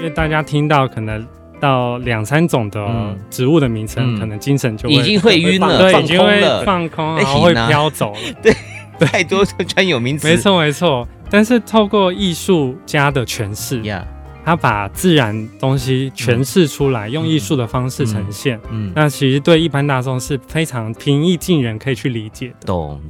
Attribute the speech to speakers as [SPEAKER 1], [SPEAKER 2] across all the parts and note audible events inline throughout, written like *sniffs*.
[SPEAKER 1] 为大家听到可能到两三种的哦
[SPEAKER 2] 嗯
[SPEAKER 1] 植物的名称，
[SPEAKER 2] 嗯
[SPEAKER 1] 可能精神就
[SPEAKER 2] 已经会晕了
[SPEAKER 1] 对，
[SPEAKER 2] 放
[SPEAKER 1] 已经
[SPEAKER 2] 空
[SPEAKER 1] 会
[SPEAKER 2] 了
[SPEAKER 1] 放空，
[SPEAKER 2] 哎
[SPEAKER 1] 然后会
[SPEAKER 2] 行啊
[SPEAKER 1] 飘走
[SPEAKER 2] *laughs*
[SPEAKER 1] 了。
[SPEAKER 2] 太多专有名词，
[SPEAKER 1] 没错，没错。但是透过艺术家的诠释，
[SPEAKER 2] 呀，
[SPEAKER 1] 他把自然东西诠释出来，用艺术的方式呈现。
[SPEAKER 2] 嗯，
[SPEAKER 1] 那其实对一般大众是非常平易近人，可以去理解的。
[SPEAKER 2] 懂。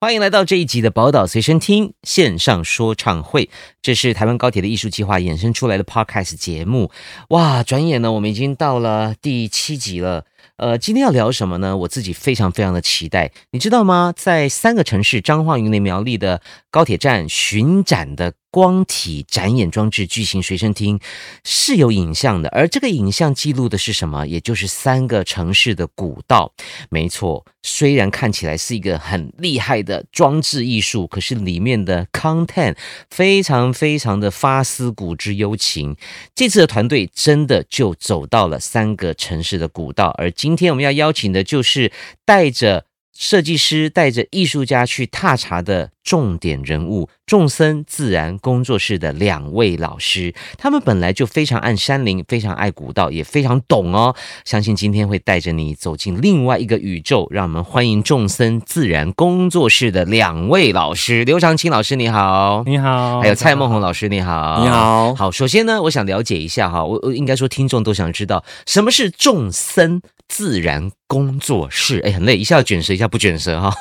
[SPEAKER 2] 欢迎来到这一集的宝岛随身听线上说唱会，这是台湾高铁的艺术计划衍生出来的 podcast 节目。哇，转眼呢，我们已经到了第七集了。呃，今天要聊什么呢？我自己非常非常的期待，你知道吗？在三个城市彰化、云林、苗栗的高铁站巡展的光体展演装置巨型随身听是有影像的，而这个影像记录的是什么？也就是三个城市的古道。没错，虽然看起来是一个很厉害的装置艺术，可是里面的 content 非常非常的发思古之幽情。这次的团队真的就走到了三个城市的古道，而今天我们要邀请的就是带着。设计师带着艺术家去踏查的重点人物，众森自然工作室的两位老师，他们本来就非常爱山林，非常爱古道，也非常懂哦。相信今天会带着你走进另外一个宇宙。让我们欢迎众森自然工作室的两位老师，刘长青老师你好，
[SPEAKER 1] 你好，
[SPEAKER 2] 还有蔡梦红老师你好，
[SPEAKER 3] 你。好，
[SPEAKER 2] 好，首先呢，我想了解一下哈，我我应该说听众都想知道什么是众森自然工作室。哎，很累，一下卷舌，一下不卷
[SPEAKER 1] *laughs*
[SPEAKER 2] 舌哈。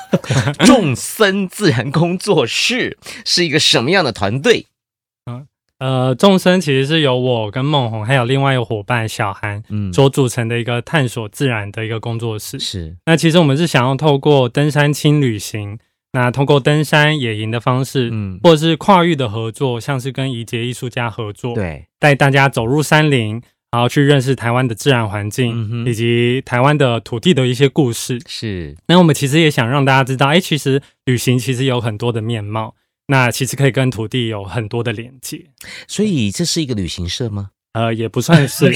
[SPEAKER 2] 众森自然工作室是一个什么样的团队？
[SPEAKER 1] 呃，众生其实是由我跟梦红还有另外一个伙伴小韩
[SPEAKER 2] 嗯
[SPEAKER 1] 所组成的一个探索自然的一个工作室。
[SPEAKER 2] 是
[SPEAKER 1] 那其实我们是想要透过登山轻旅行，那通过登山野营的方式，
[SPEAKER 2] 嗯
[SPEAKER 1] 或者是跨域的合作，像是跟怡杰艺术家合作，，
[SPEAKER 2] 对，
[SPEAKER 1] 带大家走入山林，然后去认识台湾的自然环
[SPEAKER 2] 嗯
[SPEAKER 1] 境，
[SPEAKER 2] 哼
[SPEAKER 1] 以及台湾的土地的一些故事。
[SPEAKER 2] 是
[SPEAKER 1] 那我们其实也想让大家知道，哎，其实旅行其实有很多的面貌，那其实可以跟土地有很多的连接。
[SPEAKER 2] 所以这是一个旅行
[SPEAKER 1] *laughs*
[SPEAKER 2] 社吗？
[SPEAKER 1] 呃，也不算
[SPEAKER 2] *laughs*
[SPEAKER 1] 是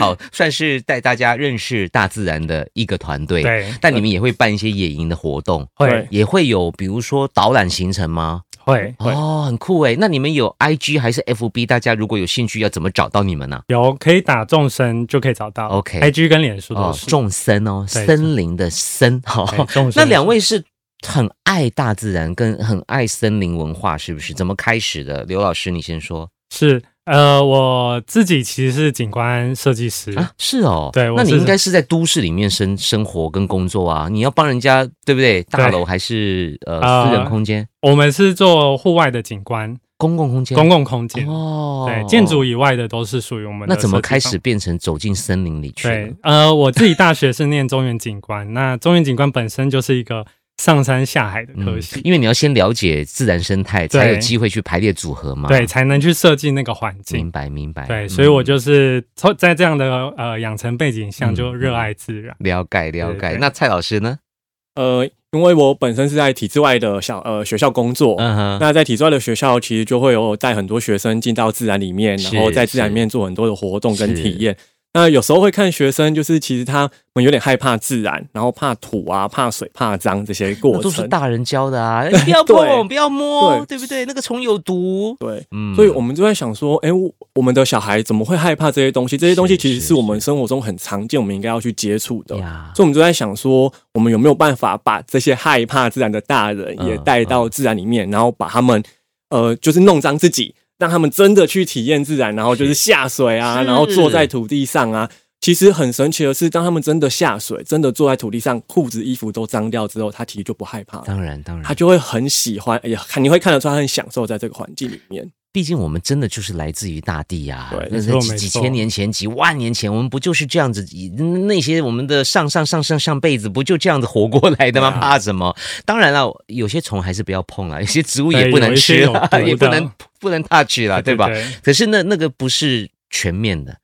[SPEAKER 2] 好，算是带大家认识大自然的一个团
[SPEAKER 1] *laughs*
[SPEAKER 2] 队。，
[SPEAKER 1] 对，
[SPEAKER 2] 但你们也会办一些野营的活动，
[SPEAKER 1] 会
[SPEAKER 2] 也会有比如说导览行程吗？
[SPEAKER 1] 会会
[SPEAKER 2] 哦，很酷诶。那你们有 IG 还是 FB？大家如果有兴趣，要怎么找到你们啊呢、
[SPEAKER 1] 有可以打众生就可以找到
[SPEAKER 2] OK
[SPEAKER 1] IG 跟脸书都
[SPEAKER 2] 哦，
[SPEAKER 1] 是。
[SPEAKER 2] 众森哦，
[SPEAKER 1] 对
[SPEAKER 2] 森林的森好，
[SPEAKER 1] 对众生
[SPEAKER 2] *laughs* 那两位是很爱大自然，跟很爱森林文化，是不是？怎么开始的？刘老师，你先说
[SPEAKER 1] 是呃，我自己其实是景观设计师，
[SPEAKER 2] 啊。是哦，
[SPEAKER 1] 对我
[SPEAKER 2] 那你
[SPEAKER 1] 是
[SPEAKER 2] 应该是在都市里面生生活跟工作啊。你要帮人家，对不对？大楼还是呃
[SPEAKER 1] 啊
[SPEAKER 2] 私人空间、
[SPEAKER 1] 我们是做户外的景观、
[SPEAKER 2] 公共空间、
[SPEAKER 1] 公共空间，
[SPEAKER 2] 哦
[SPEAKER 1] 对，建筑以外的都是属于我们的。
[SPEAKER 2] 那怎么开始？变成走进森林里去呢？
[SPEAKER 1] 对，呃，我自己大学是念中原景观，那中原景观本身就是一个上山下海的科
[SPEAKER 2] 嗯
[SPEAKER 1] 系，，
[SPEAKER 2] 因为你要先了解自然生态，
[SPEAKER 1] 对
[SPEAKER 2] 才有机会去排列组合嘛。
[SPEAKER 1] 对，，才能去设计那个环境
[SPEAKER 2] 明。白明白。
[SPEAKER 1] 对，
[SPEAKER 2] 嗯嗯
[SPEAKER 1] 所以我就是从在这样的呃养成背景下，就热爱自然。
[SPEAKER 2] 了解了
[SPEAKER 1] 对
[SPEAKER 2] 解
[SPEAKER 1] 对。
[SPEAKER 2] 那蔡老师呢？
[SPEAKER 3] 呃，因为我本身是在体制外的小呃学校工作，
[SPEAKER 2] 嗯哼，
[SPEAKER 3] 那在体制外的学校，其实就会有带很多学生进到自然里面，
[SPEAKER 2] 是
[SPEAKER 3] 然后在自然里面做很多的活动跟
[SPEAKER 2] 是
[SPEAKER 3] 体验。那有时候会看学生，就是其实他们有点害怕自然，然后怕土啊、怕水、怕脏这些过
[SPEAKER 2] 那都是
[SPEAKER 3] 程。
[SPEAKER 2] 大人教的
[SPEAKER 3] *laughs*
[SPEAKER 2] 啊，哎不要
[SPEAKER 3] 对
[SPEAKER 2] 碰，不要摸，对
[SPEAKER 3] 对
[SPEAKER 2] 不对？那个虫有毒。
[SPEAKER 3] 对，
[SPEAKER 2] 嗯
[SPEAKER 3] 所以我们就在想说，哎、我我们的小孩怎么会害怕这些东西？这些东西
[SPEAKER 2] 是
[SPEAKER 3] 其实
[SPEAKER 2] 是
[SPEAKER 3] 是我们
[SPEAKER 2] 是嗯
[SPEAKER 3] 生活中很常见，我们应该要去接触的。
[SPEAKER 2] 呀，
[SPEAKER 3] 所以我们就在想说，我们有没有办法把这些害怕自然的大人
[SPEAKER 2] 嗯
[SPEAKER 3] 也带到自然里面，然后把他们呃，就是弄脏自己，让他们真的去体验自然，然后就是下水啊，
[SPEAKER 2] 是
[SPEAKER 3] 然后坐在土地上啊。其实很神奇的是，当他们真的下水，真的坐在土地上，裤子、衣服都脏掉之后，他其实就不害怕了。
[SPEAKER 2] 当然当然
[SPEAKER 3] 他，就会很喜欢，也看你会看得出他很享受在这个环境里面。
[SPEAKER 2] 毕竟我们真的就是来自于大地呀、
[SPEAKER 3] 对
[SPEAKER 2] 那
[SPEAKER 1] 没错
[SPEAKER 2] 是几
[SPEAKER 1] 没
[SPEAKER 2] 几
[SPEAKER 1] 错
[SPEAKER 2] 千年前、几万年前，我们不就是这样子？以那些我们的上上上上上辈子不就这样子活过来
[SPEAKER 1] *laughs*
[SPEAKER 2] 的吗？
[SPEAKER 3] 对啊
[SPEAKER 2] 怕什么？当然了，有些虫还是不要碰 *laughs* 了，有些植物也
[SPEAKER 1] 对
[SPEAKER 2] 不能吃啦
[SPEAKER 1] 有一些有毒的
[SPEAKER 2] *laughs* 也不能不能 touch 了，对吧？
[SPEAKER 1] 对嗯
[SPEAKER 2] 可是那那个不是全面的。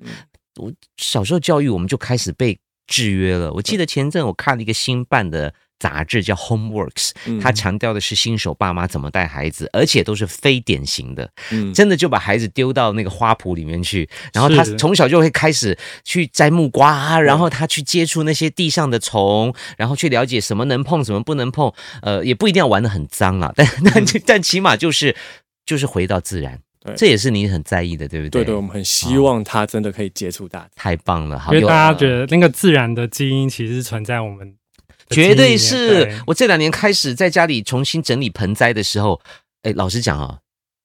[SPEAKER 2] 我小时候教育我们就开始被制约了。我记得前阵我看了一个新办的杂志叫 Homeworks，
[SPEAKER 3] 嗯
[SPEAKER 2] 它强调的是新手爸妈怎么带孩子，而且都是非典型的，
[SPEAKER 3] 嗯，
[SPEAKER 2] 真的就把孩子丢到那个花圃里面去，然后他
[SPEAKER 1] 是
[SPEAKER 2] 从小就会开始去摘木瓜，然后他去接触那些地上的虫，然后去了解什么能碰，什么不能碰，呃，也不一定要玩的很脏啊 *laughs* 啦，但但
[SPEAKER 1] 嗯
[SPEAKER 2] 但起码就是就是回到自然
[SPEAKER 3] 对，
[SPEAKER 2] 这也是你很在意的，对不
[SPEAKER 3] 对
[SPEAKER 2] 对？
[SPEAKER 3] 对，我们很
[SPEAKER 2] 哦
[SPEAKER 3] 希望他真的可以接触大自
[SPEAKER 2] 太棒了，好，啊
[SPEAKER 1] 因为
[SPEAKER 2] 又
[SPEAKER 1] 大家觉得那个自然的基因其实是存在我们的基因里
[SPEAKER 2] 绝
[SPEAKER 1] 面，
[SPEAKER 2] 对是我这两年开始在家里重新整理盆栽的时候，哎，老实讲啊，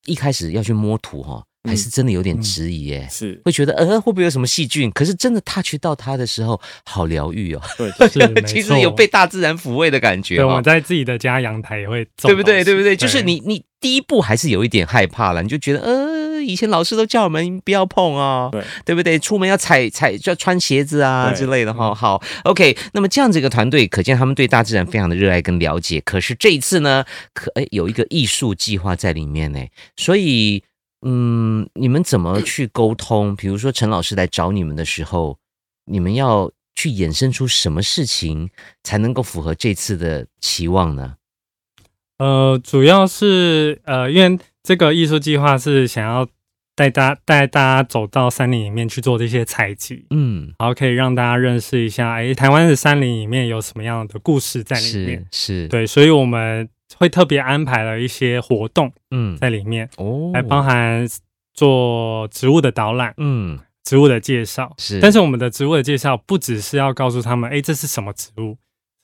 [SPEAKER 2] 一开始要去摸土哈、
[SPEAKER 3] 嗯
[SPEAKER 2] 还是真的有点
[SPEAKER 1] 嗯
[SPEAKER 2] 质疑耶、
[SPEAKER 3] 然，是
[SPEAKER 2] 会觉得呃会不会有什么细菌？可是真的 touch 到它的时候，好疗愈哦，
[SPEAKER 3] 对，
[SPEAKER 2] *laughs*
[SPEAKER 1] 是没
[SPEAKER 2] 其
[SPEAKER 1] 错
[SPEAKER 2] 实有被大自然抚慰的感觉、
[SPEAKER 1] 对，我
[SPEAKER 2] 哦
[SPEAKER 1] 们，在自己的家阳台也会种
[SPEAKER 2] 对不对？
[SPEAKER 1] 东西
[SPEAKER 2] 对不对？就是你你第一步还是有一点害怕了，你就觉得呃以前老师都叫我们不要碰哦，
[SPEAKER 3] 对
[SPEAKER 2] 对不对？出门要踩踩就要穿鞋子啊
[SPEAKER 3] 对
[SPEAKER 2] 之类的哈。好，OK，那么这样子一个团队，可见他们对大自然非常的热爱跟了解。可是这一次呢，可哎有一个艺术计划在里面呢，所以嗯，你们怎么去沟通？比如说陈老师来找你们的时候，你们要去衍生出什么事情才能够符合这次的期望呢？
[SPEAKER 1] 呃，主要是呃，因为这个艺术计划是想要带大带大家走到山林里面去做这些采集，
[SPEAKER 2] 嗯，
[SPEAKER 1] 然后可以让大家认识一下，哎，台湾的山林里面有什么样的故事在里面
[SPEAKER 2] 是。是，，
[SPEAKER 1] 对，所以我们会特别安排了一些活动
[SPEAKER 2] 嗯，
[SPEAKER 1] 在里面，
[SPEAKER 2] 哦，
[SPEAKER 1] 来包含做植物的导览、
[SPEAKER 2] 嗯
[SPEAKER 1] 植物的介绍。
[SPEAKER 2] 是，
[SPEAKER 1] 但是我们的植物的介绍不只是要告诉他们，哎，这是什么植物，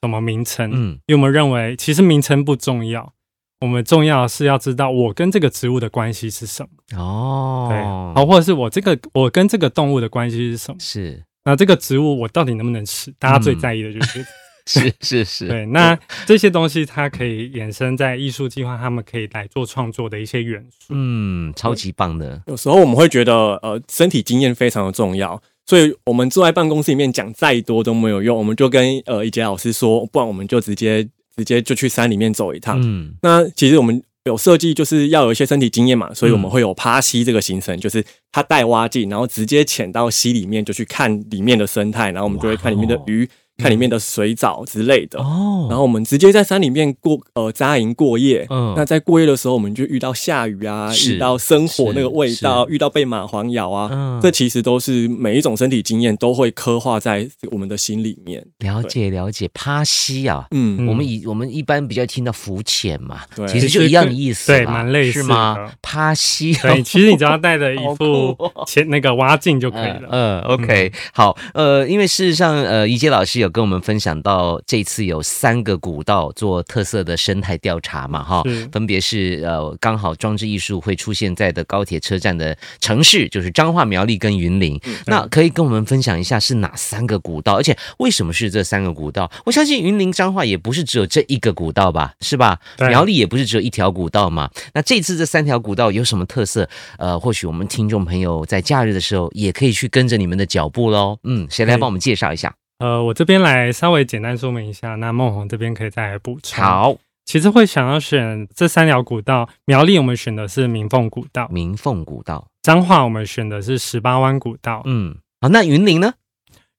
[SPEAKER 1] 什么名称，
[SPEAKER 2] 嗯
[SPEAKER 1] 因为我们认为其实名称不重要，我们重要的是要知道我跟这个植物的关系是什么，嗯对，
[SPEAKER 2] 哦
[SPEAKER 1] 好、，或者是我这个我跟这个动物的关系是什么，
[SPEAKER 2] 是
[SPEAKER 1] 那这个植物我到底能不能吃？大家最
[SPEAKER 2] 嗯
[SPEAKER 1] 在意的就是这个
[SPEAKER 2] 是是是，
[SPEAKER 1] 对，那这些东西它可以衍生在艺术计划，他们可以来做创作的一些元素。
[SPEAKER 2] 嗯，超级棒的，
[SPEAKER 3] 有时候我们会觉得，呃，身体经验非常的重要，所以我们坐在办公室里面讲再多都没有用，我们就跟呃一杰老师说，不然我们就直接直接就去山里面走一趟。
[SPEAKER 2] 嗯
[SPEAKER 3] 那其实我们有设计就是要有一些身体经验嘛，所以我们
[SPEAKER 2] 嗯
[SPEAKER 3] 会有趴溪这个行程，就是他带蛙镜，然后直接潜到溪里面就去看里面的生态，然后我们就会看里面的
[SPEAKER 2] 哇哦
[SPEAKER 3] 鱼、看里面的水藻之类的。
[SPEAKER 2] 哦，
[SPEAKER 3] 然后我们直接在山里面过呃扎营过夜。
[SPEAKER 2] 嗯
[SPEAKER 3] 那在过夜的时候，我们就遇到下雨啊，
[SPEAKER 2] 是
[SPEAKER 3] 遇到生火那个味道，
[SPEAKER 2] 是
[SPEAKER 3] 遇到被蚂蟥咬啊，
[SPEAKER 2] 嗯
[SPEAKER 3] 这其实都是每一种身体经验都会刻画在我们的心里面。
[SPEAKER 2] 了解了解，趴溪啊。
[SPEAKER 3] 嗯，
[SPEAKER 2] 我们以我们一般比较听到浮潜嘛，
[SPEAKER 3] 对
[SPEAKER 2] 其实就一样的意思啦，
[SPEAKER 1] 对蛮类似
[SPEAKER 2] 是
[SPEAKER 1] 的
[SPEAKER 2] 吗？趴溪哦，
[SPEAKER 1] 对，其实你只要带着一
[SPEAKER 2] 好
[SPEAKER 1] 副
[SPEAKER 2] 酷哦
[SPEAKER 1] 前那个蛙镜就可以了。
[SPEAKER 2] 嗯、呃 o k 好，呃，因为事实上，呃，怡杰老师有跟我们分享到，这次有三个古道做特色的生态调查嘛，哈
[SPEAKER 1] 是，
[SPEAKER 2] 分别是呃，刚好装置艺术会出现在的高铁车站的城市，就是彰化、苗栗跟云林。
[SPEAKER 1] 嗯
[SPEAKER 2] 那可以跟我们分享一下是哪三个古道，而且为什么是这三个古道？我相信云林、彰化也不是只有这一个古道吧，是吧？
[SPEAKER 1] 对
[SPEAKER 2] 苗栗也不是只有一条古道嘛，那这次这三条古道有什么特色？呃，或许我们听众朋友在假日的时候也可以去跟着你们的脚步喽。嗯，谁来帮我们介绍一下？
[SPEAKER 1] 呃，我这边来稍微简单说明一下，那梦红这边可以再来补充。，
[SPEAKER 2] 好，
[SPEAKER 1] 其实会想要选这三条古道，苗栗我们选的是明凤古道，
[SPEAKER 2] 鸣凤古道。
[SPEAKER 1] 彰化我们选的是十八湾古道，
[SPEAKER 2] 嗯，好，那云林呢？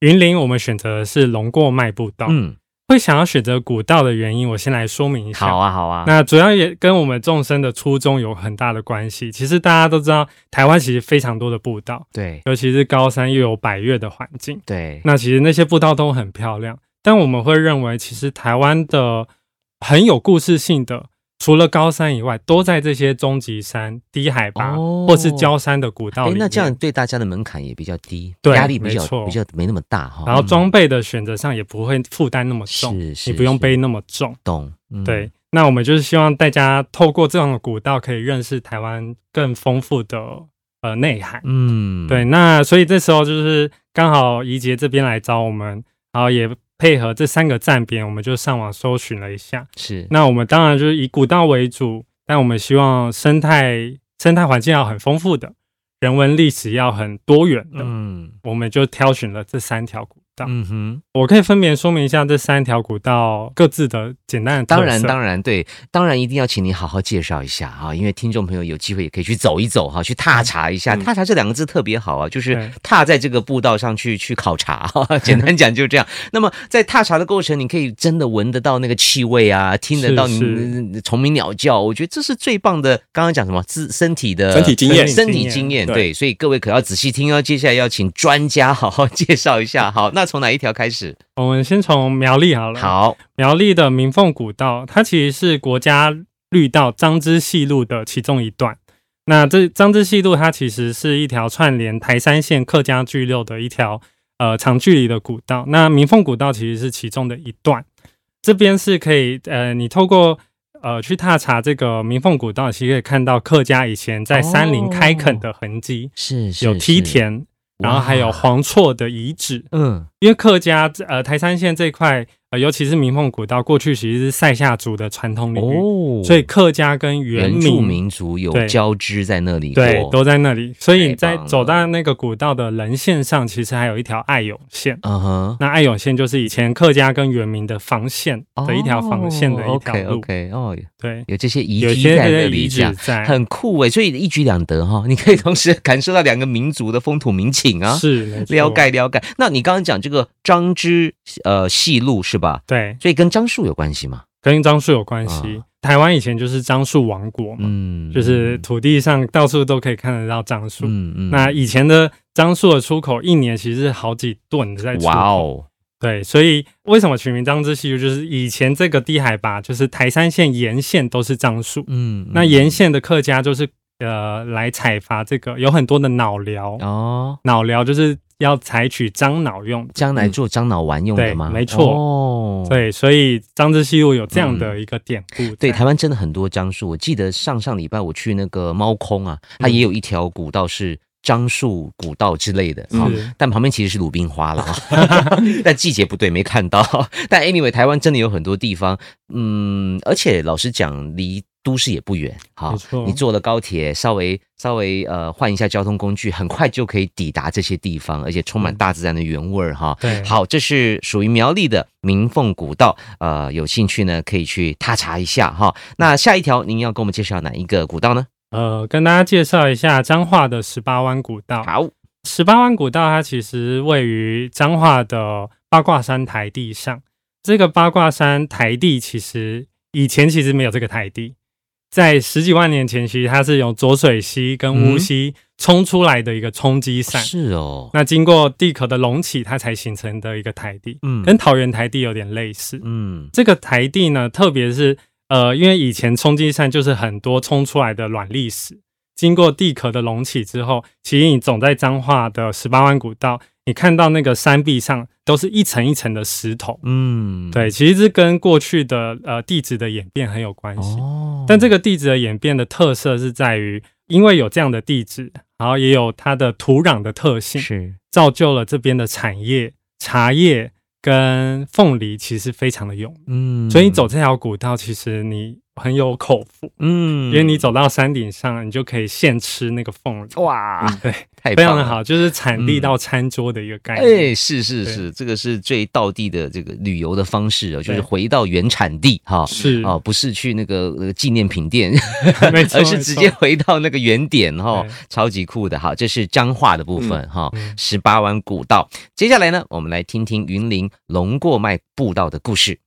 [SPEAKER 1] 云林我们选择的是龙过迈步道。
[SPEAKER 2] 嗯，
[SPEAKER 1] 会想要选择古道的原因，我先来说明一下。
[SPEAKER 2] 好啊，好啊。
[SPEAKER 1] 那主要也跟我们众生的初衷有很大的关系。其实大家都知道，台湾其实非常多的步道，
[SPEAKER 2] 对
[SPEAKER 1] 尤其是高山又有百越的环境，
[SPEAKER 2] 对，
[SPEAKER 1] 那其实那些步道都很漂亮。但我们会认为，其实台湾的很有故事性的，除了高山以外，都在这些中级山、低海拔、
[SPEAKER 2] 哦
[SPEAKER 1] 或是焦山的古道
[SPEAKER 2] 哎
[SPEAKER 1] 里，面。
[SPEAKER 2] 那这样对大家的门槛也比较低，
[SPEAKER 1] 哦对
[SPEAKER 2] 压力比较
[SPEAKER 1] 没错
[SPEAKER 2] 比较没那么大哈。
[SPEAKER 1] 然后
[SPEAKER 2] 嗯
[SPEAKER 1] 装备的选择上也不会负担那么重，
[SPEAKER 2] 是是
[SPEAKER 1] 你不用
[SPEAKER 2] 是
[SPEAKER 1] 背那么重。
[SPEAKER 2] 懂，嗯
[SPEAKER 1] 对，，那我们就是希望大家透过这样的古道，可以认识台湾更丰富的呃内涵。
[SPEAKER 2] 嗯，
[SPEAKER 1] 对，那所以这时候就是刚好怡杰这边来找我们，然后也配合这三个站边，我们就上网搜寻了一下。
[SPEAKER 2] 是
[SPEAKER 1] 那我们当然就是以古道为主，但我们希望生态生态环境要很丰富的，人文历史要很多元的，
[SPEAKER 2] 嗯
[SPEAKER 1] 我们就挑选了这三条古道。
[SPEAKER 2] 嗯哼，
[SPEAKER 1] 我可以分别说明一下这三条古道各自的简单的特色。
[SPEAKER 2] 当然当然对，当然一定要请你好好介绍一下啊，因为听众朋友有机会也可以去走一走哈、去踏查一下。
[SPEAKER 3] 嗯
[SPEAKER 2] 踏查这两个字特别好啊，就是
[SPEAKER 1] 对
[SPEAKER 2] 踏在这个步道上去去考察，哈 *laughs* 哈简单讲就是这样。那么在踏查的过程，你可以真的闻得到那个气味啊，听得到
[SPEAKER 1] 是
[SPEAKER 2] 你
[SPEAKER 1] 是
[SPEAKER 2] 你虫鸣鸟叫，我觉得这是最棒的。刚刚讲什么自身体的
[SPEAKER 3] 身体经验
[SPEAKER 2] 身
[SPEAKER 1] 经
[SPEAKER 2] 体
[SPEAKER 1] 验
[SPEAKER 2] 经验
[SPEAKER 3] 对
[SPEAKER 2] 对，所以各位可要仔细听哦。接下来要请专家好 *laughs* 好介绍一下。好，那从哪一条开始？
[SPEAKER 1] 我们先从苗栗好了。，
[SPEAKER 2] 好，
[SPEAKER 1] 苗栗的明凤古道，它其实是国家绿道张之细路的其中一段。那这张之细路，它其实是一条串联台山县客家聚六的一条呃长距离的古道。那明凤古道其实是其中的一段，这边是可以呃，你透过呃去踏查这个明凤古道，其实可以看到客家以前在山林开垦的痕迹，
[SPEAKER 2] 哦是
[SPEAKER 1] 有梯，田，然后还有
[SPEAKER 2] 哇
[SPEAKER 1] 黄厝的遗址。
[SPEAKER 2] 嗯，
[SPEAKER 1] 因为客家呃台山县这块，呃尤其是明凤古道，过去其实是塞夏族的传统领域，
[SPEAKER 2] 哦
[SPEAKER 1] 所以客家跟原
[SPEAKER 2] 原
[SPEAKER 1] 民
[SPEAKER 2] 住民族有
[SPEAKER 1] 对
[SPEAKER 2] 交织在那里过，
[SPEAKER 1] 对都在那里，所以你
[SPEAKER 2] 太
[SPEAKER 1] 在
[SPEAKER 2] 棒了
[SPEAKER 1] 走到那个古道的人线上，其实还有一条爱涌线。
[SPEAKER 2] 嗯哼。
[SPEAKER 1] 那爱涌线就是以前客家跟原民的防线
[SPEAKER 2] 哦
[SPEAKER 1] 的一条防线的一条路，
[SPEAKER 2] OK OK，哦，有
[SPEAKER 1] 对，
[SPEAKER 2] 有这些遗
[SPEAKER 1] 有一
[SPEAKER 2] 迹
[SPEAKER 1] 些
[SPEAKER 2] 在那
[SPEAKER 1] 这些
[SPEAKER 2] 里，
[SPEAKER 1] 遗
[SPEAKER 2] 这
[SPEAKER 1] 址
[SPEAKER 2] 样
[SPEAKER 1] 在，
[SPEAKER 2] 很酷诶，所以一举两得哈、 *laughs* 你可以同时感受到两个民族的风土民情啊，
[SPEAKER 1] 是没错
[SPEAKER 2] 撩盖撩盖。那你刚刚讲这个张之呃细路是吧？
[SPEAKER 1] 对，
[SPEAKER 2] 所以跟樟树有关系吗？
[SPEAKER 1] 跟樟树有关系。
[SPEAKER 2] 啊
[SPEAKER 1] 台湾以前就是樟树王国嘛，
[SPEAKER 2] 嗯，
[SPEAKER 1] 哦就是土地上到处都可以看得到樟树。
[SPEAKER 2] 嗯嗯
[SPEAKER 1] 那以前的樟树的出口一年其实是好几吨的在出口。
[SPEAKER 2] 哇哦，
[SPEAKER 1] 对，所以为什么取名樟之细树？就是以前这个低海拔，就是台山县沿线都是樟树。
[SPEAKER 2] 嗯，嗯
[SPEAKER 1] 那沿线的客家就是呃来采伐这个，有很多的脑疗，
[SPEAKER 2] 哦，
[SPEAKER 1] 脑疗就是要采取樟脑用的。
[SPEAKER 2] 将来做樟脑丸用的
[SPEAKER 1] 嗯对
[SPEAKER 2] 吗？
[SPEAKER 1] 没错
[SPEAKER 2] 哦，
[SPEAKER 1] 对，所以樟之细路有这样的一个典故在、
[SPEAKER 2] 对，台湾真的很多樟树。我记得上上礼拜我去那个猫空啊，
[SPEAKER 1] 嗯
[SPEAKER 2] 它也有一条古道是樟树古道之类的啊、
[SPEAKER 1] 是
[SPEAKER 2] 但旁边其实是鲁冰花了
[SPEAKER 1] *laughs*
[SPEAKER 2] 啊， *laughs* 但季节不对没看到。 *laughs* 但 anyway，台湾真的有很多地方，嗯，而且老实讲，离都市也不远，好
[SPEAKER 1] 没，错
[SPEAKER 2] 你坐了高铁，稍微稍微呃换一下交通工具，很快就可以抵达这些地方，而且
[SPEAKER 1] 嗯
[SPEAKER 2] 充满大自然的原味儿哈。
[SPEAKER 1] 对
[SPEAKER 2] 好，这是属于苗栗的明凤古道，呃，有兴趣呢可以去踏查一下哈。那下一条您要给我们介绍哪一个古道呢？
[SPEAKER 1] 呃，跟大家介绍一下彰化的十八湾古道。
[SPEAKER 2] 好，
[SPEAKER 1] 十八湾古道它其实位于彰化的八卦山台地上。这个八卦山台地其实以前其实没有这个台地，在十几万年前，其实它是由浊水溪跟乌溪冲出来的一个冲积扇。
[SPEAKER 2] 是嗯哦，
[SPEAKER 1] 那经过地壳的隆起，它才形成的一个台地，
[SPEAKER 2] 嗯
[SPEAKER 1] 跟桃园台地有点类似。
[SPEAKER 2] 嗯
[SPEAKER 1] 这个台地呢，特别是呃，因为以前冲击扇就是很多冲出来的软砾石，经过地壳的隆起之后，其实你总在彰化的十八湾古道，你看到那个山壁上都是一层一层的石头。
[SPEAKER 2] 嗯，
[SPEAKER 1] 对，其实这跟过去的呃地质的演变很有关系。
[SPEAKER 2] 哦，
[SPEAKER 1] 但这个地质的演变的特色是在于，因为有这样的地质，然后也有它的土壤的特性，
[SPEAKER 2] 是
[SPEAKER 1] 造就了这边的产业，茶叶跟凤梨其实非常的有名。
[SPEAKER 2] 嗯，
[SPEAKER 1] 所以你走这条古道，其实你很有口福，
[SPEAKER 2] 嗯，
[SPEAKER 1] 因为你走到山顶上，你就可以现吃那个凤梨，
[SPEAKER 2] 哇，
[SPEAKER 1] 对，
[SPEAKER 2] 哦哎太
[SPEAKER 1] 非
[SPEAKER 2] 棒
[SPEAKER 1] 常的
[SPEAKER 2] 了。嗯
[SPEAKER 1] 好，就是产地到餐桌的一个概念。
[SPEAKER 2] 哎，是是
[SPEAKER 1] 对
[SPEAKER 2] 是，这个是最道地的这个旅游的方式哦，就
[SPEAKER 1] 对
[SPEAKER 2] 是回到原产地哈。
[SPEAKER 1] 是
[SPEAKER 2] 哦，不是去那个呃纪念品店，
[SPEAKER 1] *laughs* 没错
[SPEAKER 2] 而是直接
[SPEAKER 1] 没错
[SPEAKER 2] 回到那个原点哈
[SPEAKER 1] 对，
[SPEAKER 2] *laughs* 超级酷的哈。这是彰化的部分哈
[SPEAKER 1] 嗯，
[SPEAKER 2] 十八湾古道。接下来呢，我们来听听云林龙过脉步道的故事。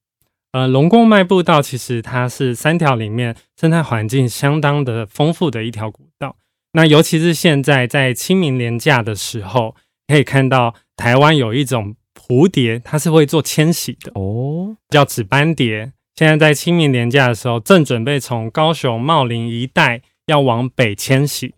[SPEAKER 1] 呃，龙宫脉步道其实它是三条里面生态环境相当的丰富的一条古道。那尤其是现在在清明连假的时候，可以看到台湾有一种蝴蝶，它是会做迁徙的。
[SPEAKER 2] 哦，
[SPEAKER 1] 叫紫斑蝶。现在在清明年假的时候，正准备从高雄茂林一带要往北迁徙。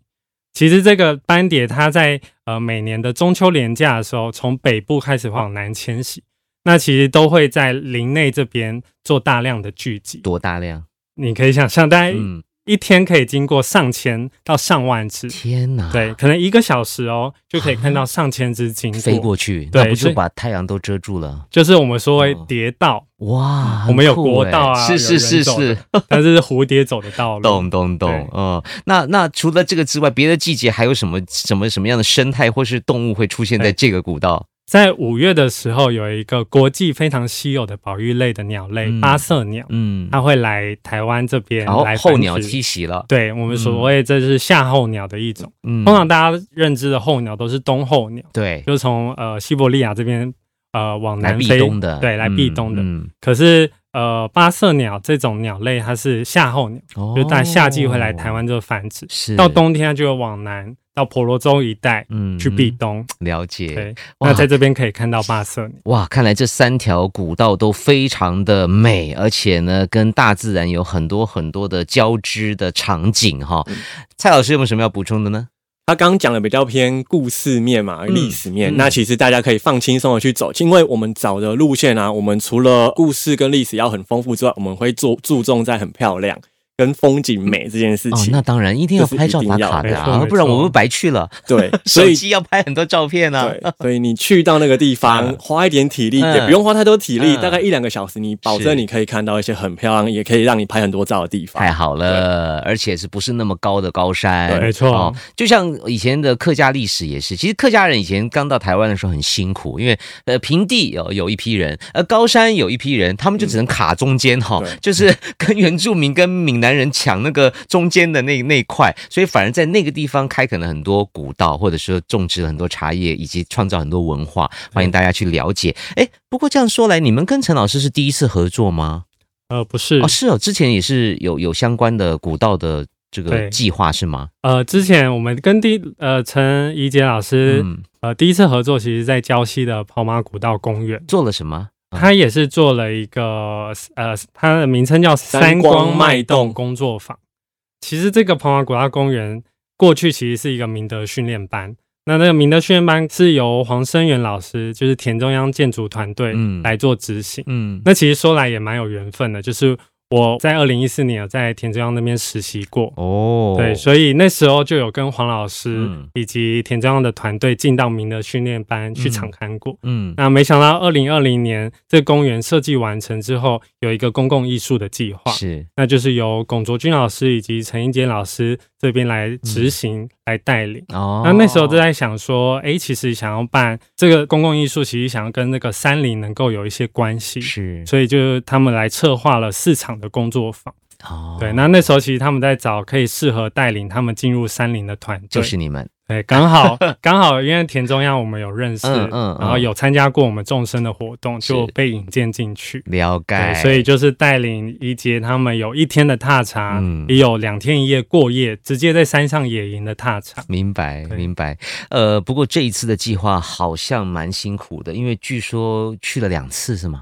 [SPEAKER 1] 其实这个斑蝶，它在呃每年的中秋连假的时候，从北部开始往南迁徙，那其实都会在林内这边做大量的聚集。
[SPEAKER 2] 多大量？
[SPEAKER 1] 你可以想象，大概
[SPEAKER 2] 嗯，
[SPEAKER 1] 一天可以经过上千到上万
[SPEAKER 2] *sniffs*
[SPEAKER 1] 只，
[SPEAKER 2] 天哪！
[SPEAKER 1] 对，，可能一个小时哦，就可以看到上千只经
[SPEAKER 2] 飞
[SPEAKER 1] 过，
[SPEAKER 2] 过去，
[SPEAKER 1] 对
[SPEAKER 2] 那不
[SPEAKER 1] 所
[SPEAKER 2] 就
[SPEAKER 1] 以
[SPEAKER 2] 把太阳都遮住了？
[SPEAKER 1] 就是我们说会
[SPEAKER 2] 哦
[SPEAKER 1] 蝶道，
[SPEAKER 2] 哇，啊很
[SPEAKER 1] 嗯我们有
[SPEAKER 2] 酷
[SPEAKER 1] 国道
[SPEAKER 2] 欸
[SPEAKER 1] 啊
[SPEAKER 2] 是是
[SPEAKER 1] 有
[SPEAKER 2] 是
[SPEAKER 1] 人走的 *laughs*
[SPEAKER 2] 是，
[SPEAKER 1] 但是是蝴蝶走的道路。
[SPEAKER 2] 懂懂懂
[SPEAKER 1] 对，
[SPEAKER 2] 嗯，那那除了这个之外，别的季节还有什么什么什么样的生态或是动物会出现在
[SPEAKER 1] 对
[SPEAKER 2] 这个古道？
[SPEAKER 1] 在五月的时候，有一个国际非常稀有的保育类的鸟类
[SPEAKER 2] 嗯
[SPEAKER 1] 八色鸟，
[SPEAKER 2] 嗯，
[SPEAKER 1] 它会来台湾这边
[SPEAKER 2] 然后
[SPEAKER 1] 来
[SPEAKER 2] 候
[SPEAKER 1] 繁
[SPEAKER 2] 鸟
[SPEAKER 1] 殖
[SPEAKER 2] 栖息了，
[SPEAKER 1] 对我们
[SPEAKER 2] 嗯
[SPEAKER 1] 所谓这是夏候鸟的一种。
[SPEAKER 2] 嗯，
[SPEAKER 1] 通常大家认知的候鸟都是冬候鸟，
[SPEAKER 2] 对
[SPEAKER 1] 就是从呃西伯利亚这边呃往
[SPEAKER 2] 来
[SPEAKER 1] 南
[SPEAKER 2] 避
[SPEAKER 1] 飞，
[SPEAKER 2] 冬的，
[SPEAKER 1] 对，来避
[SPEAKER 2] 嗯
[SPEAKER 1] 冬的。
[SPEAKER 2] 嗯
[SPEAKER 1] 可是呃八色鸟这种鸟类，它是夏候鸟，
[SPEAKER 2] 哦
[SPEAKER 1] 就在夏季会来台湾这个繁殖，
[SPEAKER 2] 是
[SPEAKER 1] 到冬天它就会往南到婆罗洲一带
[SPEAKER 2] 嗯
[SPEAKER 1] 去避冬。
[SPEAKER 2] 嗯了解。
[SPEAKER 1] 对，
[SPEAKER 2] 哇
[SPEAKER 1] 那在这边可以看到八色鸟。
[SPEAKER 2] 哇，看来这三条古道都非常的美，而且呢，跟大自然有很多很多的交织的场景哈、
[SPEAKER 1] 嗯
[SPEAKER 2] 蔡老师有没有什么要补充的呢？
[SPEAKER 3] 他刚刚讲的比较偏故事面嘛，
[SPEAKER 2] 嗯
[SPEAKER 3] 历史面。
[SPEAKER 2] 嗯
[SPEAKER 3] 那其实大家可以放轻松的去走，因为我们找的路线啊，我们除了故事跟历史要很丰富之外，我们会注注重在很漂亮跟风景美这件事
[SPEAKER 2] 哦，
[SPEAKER 3] 情。
[SPEAKER 2] 那当然一定要拍照打卡
[SPEAKER 1] 这是一定
[SPEAKER 2] 的
[SPEAKER 1] 要没
[SPEAKER 2] 啊，
[SPEAKER 1] 错
[SPEAKER 2] 不然
[SPEAKER 1] 没错
[SPEAKER 2] 我们白去了。 *laughs*
[SPEAKER 3] 对，所
[SPEAKER 2] 手
[SPEAKER 3] 以
[SPEAKER 2] 机要拍很多照片啊。
[SPEAKER 3] 对，所以你去到那个
[SPEAKER 2] *laughs*
[SPEAKER 3] 地
[SPEAKER 2] 嗯
[SPEAKER 3] 方，花一点体力，
[SPEAKER 2] 嗯
[SPEAKER 3] 也不用花太多体力，
[SPEAKER 2] 嗯
[SPEAKER 3] 大概一两个小时，你保
[SPEAKER 2] 是
[SPEAKER 3] 证你可以看到一些很漂亮，也可以让你拍很多照的地方
[SPEAKER 2] 太。好了，而且是不是那么高的高山？
[SPEAKER 1] 对没错
[SPEAKER 2] 哦，就像以前的客家历史也是，其实客家人以前刚到台湾的时候很辛苦，因为呃平地有有一批人，呃高山有一批人，他们就只能卡中间哈、
[SPEAKER 3] 对
[SPEAKER 2] 就是 *laughs* 跟原住民跟闽南人抢那个中间的那那一块，所以反而在那个地方开垦了很多古道，或者说种植了很多茶叶，以及创造很多文化，欢迎大家去了解。哎，不过这样说来，你们跟陈老师是第一次合作吗？
[SPEAKER 1] 呃，不是
[SPEAKER 2] 哦，，是哦，之前也是有有相关的古道的这个
[SPEAKER 1] 对
[SPEAKER 2] 计划是吗？
[SPEAKER 1] 呃，之前我们跟第呃陈怡杰老师、
[SPEAKER 2] 嗯，
[SPEAKER 1] 呃第一次合作，其实在礁溪的跑马古道公园，
[SPEAKER 2] 做了什么？嗯
[SPEAKER 1] 他也是做了一个呃，它的名称叫三光脉动工作坊。其实这个彭华古道公园过去其实是一个明德训练班，那那个明德训练班是由黄生元老师，就是田中央建筑团队
[SPEAKER 2] 嗯
[SPEAKER 1] 来做执行。
[SPEAKER 2] 嗯，
[SPEAKER 1] 那其实说来也蛮有缘分的，就是我在二零一四年有在田中央那边实习过，
[SPEAKER 2] 哦，
[SPEAKER 1] 对，所以那时候就有跟黄老师
[SPEAKER 2] 嗯
[SPEAKER 1] 以及田中央的团队进到明德训练班去
[SPEAKER 2] 嗯
[SPEAKER 1] 场勘过。
[SPEAKER 2] 嗯，
[SPEAKER 1] 那没想到，二零二零年这公园设计完成之后，有一个公共艺术的计划，
[SPEAKER 2] 是
[SPEAKER 1] 那就是由龚卓君老师以及陈英杰老师这边来执行、来带领。
[SPEAKER 2] 嗯哦，
[SPEAKER 1] 啊那那时候就在想说，哎、其实想要办这个公共艺术，其实想要跟那个山林能够有一些关系，
[SPEAKER 2] 是
[SPEAKER 1] 所以就是他们来策划了四场的工作坊。
[SPEAKER 2] 哦，
[SPEAKER 1] 对，那那时候其实他们在找可以适合带领他们进入山林的团队，
[SPEAKER 2] 就是你们
[SPEAKER 1] 对，刚好刚好，因为田中央我们有认识，
[SPEAKER 2] 嗯嗯
[SPEAKER 1] 然后
[SPEAKER 2] 嗯
[SPEAKER 1] 有参加过我们众生的活动，
[SPEAKER 2] 是
[SPEAKER 1] 就被引荐进去。
[SPEAKER 2] 了
[SPEAKER 1] 对
[SPEAKER 2] 解，，
[SPEAKER 1] 所以就是带领一杰他们有一天的踏查，
[SPEAKER 2] 嗯
[SPEAKER 1] 也有两天一夜过夜，直接在山上野营的踏查。
[SPEAKER 2] 明白，
[SPEAKER 1] 对
[SPEAKER 2] 明白。呃，不过这一次的计划好像蛮辛苦的，因为据说去了两次是吗？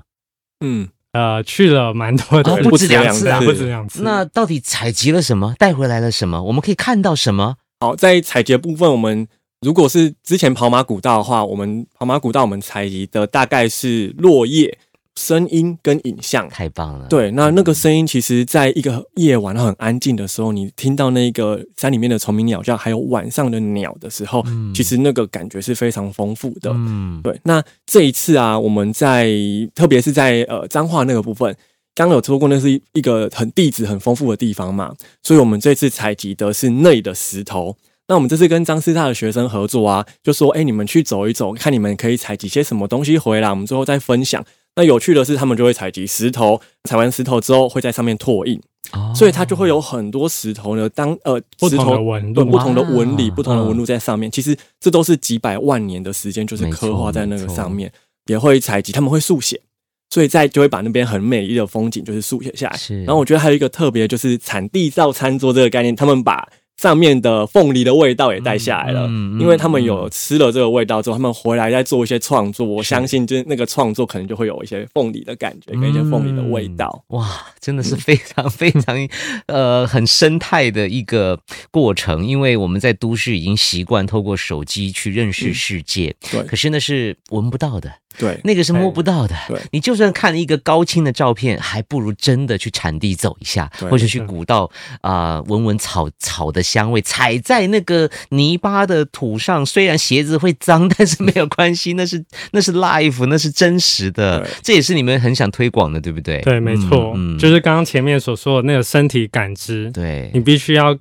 [SPEAKER 3] 嗯，
[SPEAKER 1] 呃，去了蛮多的，
[SPEAKER 2] 哦
[SPEAKER 1] 对
[SPEAKER 2] 不
[SPEAKER 3] 不
[SPEAKER 2] 止
[SPEAKER 3] 止
[SPEAKER 2] 两
[SPEAKER 3] 两
[SPEAKER 2] 次
[SPEAKER 3] 次
[SPEAKER 2] 啊，
[SPEAKER 1] 不止两次。
[SPEAKER 2] 那到底采集了什么？带回来了什么？我们可以看到什么？
[SPEAKER 3] 好，在采集的部分，我们如果是之前跑马古道的话，我们跑马古道我们采集的大概是落叶、声音跟影像。
[SPEAKER 2] 太棒了，，
[SPEAKER 3] 对，那那个声音，其实在一个夜晚很安静的时候，你听到那个山里面的虫鸣鸟叫，还有晚上的鸟的时候，
[SPEAKER 2] 嗯
[SPEAKER 3] 其实那个感觉是非常丰富的。
[SPEAKER 2] 嗯，
[SPEAKER 3] 对，那这一次啊，我们在特别是在呃彰化那个部分，刚刚有说过，那是一一个很地质很丰富的地方嘛，所以我们这次采集的是内的石头。那我们这次跟张师大的学生合作啊，就说，哎、你们去走一走，看你们可以采集些什么东西回来，我们最后再分享。那有趣的是，他们就会采集石头，采完石头之后会在上面拓印，
[SPEAKER 2] 哦
[SPEAKER 3] 所以它就会有很多石头呢，当呃
[SPEAKER 1] 不
[SPEAKER 3] 石
[SPEAKER 1] 同
[SPEAKER 3] 头
[SPEAKER 1] 的纹
[SPEAKER 3] 对
[SPEAKER 1] 路，
[SPEAKER 3] 不同的纹理、
[SPEAKER 2] 哇嗯
[SPEAKER 3] 不同的纹路在上面。其实这都是几百万年的时间，就是刻画在那
[SPEAKER 2] 没
[SPEAKER 3] 个
[SPEAKER 2] 错
[SPEAKER 3] 上面，也会采集，他们会速写，所以在就会把那边很美丽的风景就是速写下来。
[SPEAKER 2] 是，
[SPEAKER 3] 然后我觉得还有一个特别就是产地造餐桌这个概念，他们把上面的凤梨的味道也带下来了。
[SPEAKER 2] 嗯嗯嗯
[SPEAKER 3] 因为他们有吃了这个味道之后，他们回来再做一些创作，我
[SPEAKER 2] 是
[SPEAKER 3] 相信就是那个创作可能就会有一些凤梨的感觉，跟一些凤梨的味道。
[SPEAKER 2] 嗯哇，真的是非常 *laughs* 非常呃很生态的一个过程，因为我们在都市已经习惯透过手机去认识
[SPEAKER 3] 嗯
[SPEAKER 2] 世界，
[SPEAKER 3] 对
[SPEAKER 2] 可是那是闻不到的，
[SPEAKER 3] 对，
[SPEAKER 2] 那个是摸不到的
[SPEAKER 3] 对对。
[SPEAKER 2] 你就算看了一个高清的照片，还不如真的去产地走一下，
[SPEAKER 3] 对
[SPEAKER 2] 或者去古道啊、闻闻草草的香味，踩在那个泥巴的土上，虽然鞋子会脏，但是没有关系，那是 *laughs* 那是 life，那是真实的
[SPEAKER 3] 对。
[SPEAKER 2] 这也是你们很想推广的，对不对？嗯
[SPEAKER 1] 对，没错，就是刚刚前面所说的那个身体感知，
[SPEAKER 2] 对
[SPEAKER 1] 你，必须要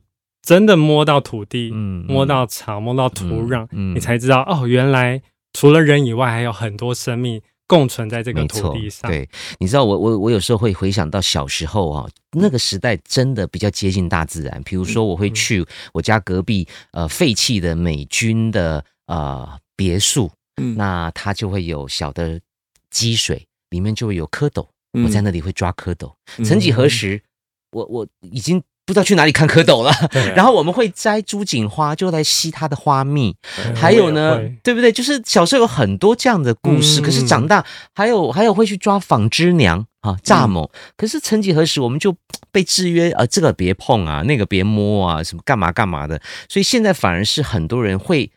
[SPEAKER 1] 真的摸到土地，
[SPEAKER 2] 嗯
[SPEAKER 1] 摸到草，摸到土壤，
[SPEAKER 2] 嗯嗯
[SPEAKER 1] 你才知道哦，原来除了人以外，还有很多生命共存在这个土地上。
[SPEAKER 2] 对，你知道我我我有时候会回想到小时候啊、那个时代真的比较接近大自然。比如
[SPEAKER 1] 嗯
[SPEAKER 2] 说，我会去我家隔壁呃废弃的美军的呃别墅，
[SPEAKER 3] 嗯
[SPEAKER 2] 那它就会有小的积水，里面就会有蝌蚪，
[SPEAKER 3] 嗯
[SPEAKER 2] 我在那里会抓蝌蚪。
[SPEAKER 3] 嗯
[SPEAKER 2] 曾几何时，我我已经不知道去哪里看蝌蚪了。
[SPEAKER 1] 对
[SPEAKER 2] *laughs* 然后我们会摘猪颈花，就来吸它的花蜜。
[SPEAKER 1] 对
[SPEAKER 2] 还有呢
[SPEAKER 1] 嗯我也会，
[SPEAKER 2] 对不对？就是小时候有很多这样的故事，
[SPEAKER 1] 嗯
[SPEAKER 2] 可是长大还有还有会去抓纺织娘
[SPEAKER 3] 嗯
[SPEAKER 2] 啊、蚱蜢。可是曾几何时，我们就被制约，呃，这个别碰啊，那个别摸啊，什么干嘛干嘛的。所以现在反而是很多人会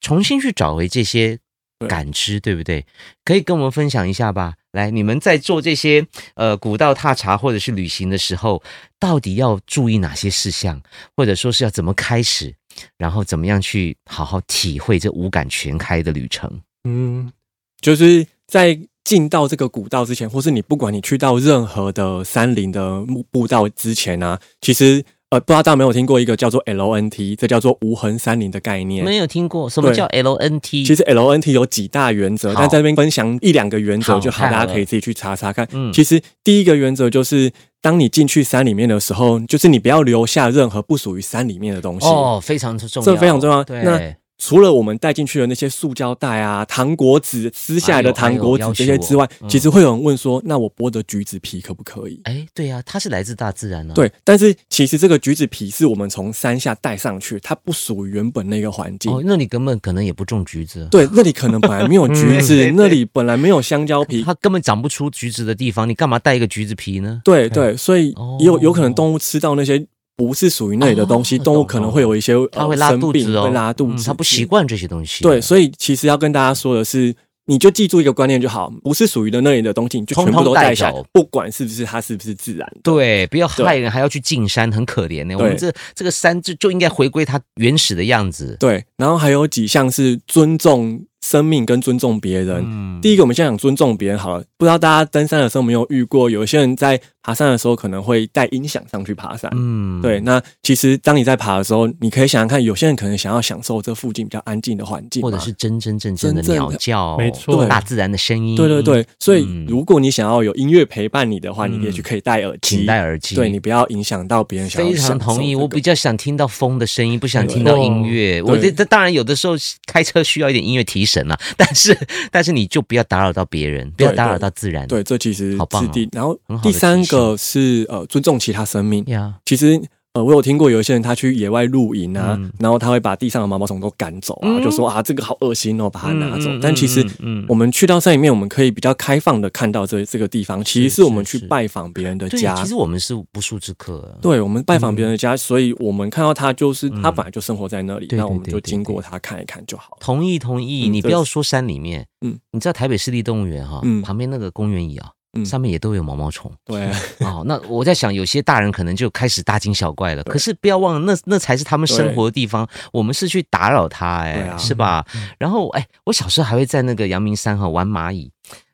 [SPEAKER 2] 重新去找回这些
[SPEAKER 3] 对
[SPEAKER 2] 感知，对不对？可以跟我们分享一下吧。来，你们在做这些呃古道踏查或者是旅行的时候，到底要注意哪些事项，或者说是要怎么开始，然后怎么样去好好体会这五感全开的旅程？
[SPEAKER 1] 嗯，
[SPEAKER 3] 就是在进到这个古道之前，或是你不管你去到任何的山林的步步道之前啊，其实呃，不知道大家有没有听过一个叫做 LNT，这叫做无痕山林的概念。
[SPEAKER 2] 没有听过什么
[SPEAKER 3] 对
[SPEAKER 2] 叫 LNT？
[SPEAKER 3] 其实 LNT 有几大原则，
[SPEAKER 2] 好
[SPEAKER 3] 但在这边分享一两个原则就
[SPEAKER 2] 好
[SPEAKER 3] 好，
[SPEAKER 2] 太好
[SPEAKER 3] 大
[SPEAKER 2] 了
[SPEAKER 3] 家可以自己去查查看。
[SPEAKER 2] 嗯
[SPEAKER 3] 其实第一个原则就是，当你进去山里面的时候，就是你不要留下任何不属于山里面的东西。
[SPEAKER 2] 哦，非常重要，
[SPEAKER 3] 这非常重要
[SPEAKER 2] 对，
[SPEAKER 3] 那除了我们带进去的那些塑胶袋啊、糖果纸、撕下来的糖果纸
[SPEAKER 2] 哎呦哎呦
[SPEAKER 3] 这些之外
[SPEAKER 2] 要求，我嗯
[SPEAKER 3] 其实会有人问说，那我剥的橘子皮可不可以？
[SPEAKER 2] 哎，对啊，它是来自大自然啊。，
[SPEAKER 3] 对，但是其实这个橘子皮是我们从山下带上去，它不属于原本那个环境。
[SPEAKER 2] 哦，那你根本可能也不种橘子。
[SPEAKER 3] 对，那里可能本来没有橘
[SPEAKER 2] *laughs* 嗯对对
[SPEAKER 3] 子
[SPEAKER 2] 对，
[SPEAKER 3] 那里本来没有香蕉皮，
[SPEAKER 2] 它根本长不出橘子的地方，你干嘛带一个橘子皮呢？
[SPEAKER 3] 对对，所以
[SPEAKER 2] 哦
[SPEAKER 3] 也有有可能动物吃到那些不是属于那里的东西，
[SPEAKER 2] 哦
[SPEAKER 3] 动物可能会有一些
[SPEAKER 2] 它
[SPEAKER 3] 呃
[SPEAKER 2] 会拉
[SPEAKER 3] 生
[SPEAKER 2] 肚
[SPEAKER 3] 病
[SPEAKER 2] 子哦，
[SPEAKER 3] 会拉肚
[SPEAKER 2] 嗯
[SPEAKER 3] 子，
[SPEAKER 2] 它不习。惯这些东西。啊
[SPEAKER 3] 对，所以其实要跟大家说的是，你就记住一个观念就好，不是属于的那里的东西，你就全
[SPEAKER 2] 通
[SPEAKER 3] 部
[SPEAKER 2] 通
[SPEAKER 3] 都
[SPEAKER 2] 带
[SPEAKER 3] 带下来
[SPEAKER 2] 走，
[SPEAKER 3] 不管是不是它是不是自然的。
[SPEAKER 2] 对，不要
[SPEAKER 3] 对
[SPEAKER 2] 害人，还要去进山，很可怜呢、我们这这个山就就应该回归它原始的样子。
[SPEAKER 3] 对，然后还有几项是尊重生命跟尊重别人。
[SPEAKER 2] 嗯
[SPEAKER 3] 第一个，我们先讲尊重别人好了。不知道大家登山的时候有没有遇过，有一些人在爬山的时候可能会带音响上去爬山。
[SPEAKER 2] 嗯
[SPEAKER 3] 对，，那其实当你在爬的时候，你可以想想看，有些人可能想要享受这附近比较安静的环境嘛，
[SPEAKER 2] 或者是真真正正的
[SPEAKER 3] 真正的
[SPEAKER 2] 鸟叫，
[SPEAKER 1] 没错对
[SPEAKER 2] 大自然的声音。
[SPEAKER 3] 对对对，所以
[SPEAKER 2] 嗯
[SPEAKER 3] 如果你想要有音乐陪伴你的话，
[SPEAKER 2] 嗯
[SPEAKER 3] 你也许可以戴耳机，
[SPEAKER 2] 请戴耳机
[SPEAKER 3] 对你不要影响到别人想要
[SPEAKER 2] 非
[SPEAKER 3] 享受
[SPEAKER 2] 常
[SPEAKER 3] 这个。
[SPEAKER 2] 同意，我比较想听到风的声音，不想
[SPEAKER 3] 对哦
[SPEAKER 2] 听到音乐。我这
[SPEAKER 3] 对
[SPEAKER 2] 这当然有的时候开车需要一点音乐提神啊，但是但是你就不要打扰到别人，不要打扰到自然。
[SPEAKER 3] 对，这其实
[SPEAKER 2] 好棒
[SPEAKER 3] 是
[SPEAKER 2] 哦
[SPEAKER 3] 第，然后
[SPEAKER 2] 很好的
[SPEAKER 3] 第三
[SPEAKER 2] 提
[SPEAKER 3] 个是呃尊重其他生命。
[SPEAKER 2] 呀，
[SPEAKER 3] 其实呃，我有听过有一些人他去野外露营啊，
[SPEAKER 2] 嗯
[SPEAKER 3] 然后他会把地上的毛毛虫都赶走啊，
[SPEAKER 2] 嗯
[SPEAKER 3] 就说啊这个好恶心哦，把它拿走。
[SPEAKER 2] 嗯嗯
[SPEAKER 3] 但其实
[SPEAKER 2] 嗯嗯嗯
[SPEAKER 3] 我们去到山里面，我们可以比较开放的看到这这个地方，其实
[SPEAKER 2] 是
[SPEAKER 3] 是我们
[SPEAKER 2] 是
[SPEAKER 3] 去
[SPEAKER 2] 是
[SPEAKER 3] 拜访别人的
[SPEAKER 2] 对，
[SPEAKER 3] 家。
[SPEAKER 2] 其实我们是不速之客。啊
[SPEAKER 3] 对，我们拜访别人的家，所以我们看到他就是他
[SPEAKER 2] 嗯
[SPEAKER 3] 本来就生活在那里，
[SPEAKER 2] 对对
[SPEAKER 3] 那我们
[SPEAKER 2] 对
[SPEAKER 3] 就
[SPEAKER 2] 对
[SPEAKER 3] 经
[SPEAKER 2] 对
[SPEAKER 3] 过他看一看就好了。
[SPEAKER 2] 同意同意，
[SPEAKER 3] 嗯
[SPEAKER 2] 你不
[SPEAKER 3] 对
[SPEAKER 2] 要说山里面，
[SPEAKER 3] 嗯，
[SPEAKER 2] 你知道台北市立动物园哈、
[SPEAKER 3] 嗯
[SPEAKER 2] 旁边那个公园椅啊，
[SPEAKER 3] 嗯
[SPEAKER 2] 上面也都有毛毛虫
[SPEAKER 3] 对，
[SPEAKER 2] *laughs* 哦。那我在想，有些大人可能就开始大惊小怪了。
[SPEAKER 3] 对
[SPEAKER 2] 可是不要忘了，那那才是他们生
[SPEAKER 3] 对
[SPEAKER 2] 活的地方，我们是去打扰他、哎、
[SPEAKER 3] 对啊
[SPEAKER 2] 是吧？然后哎，我小时候还会在那个阳明山哈、玩蚂蚁。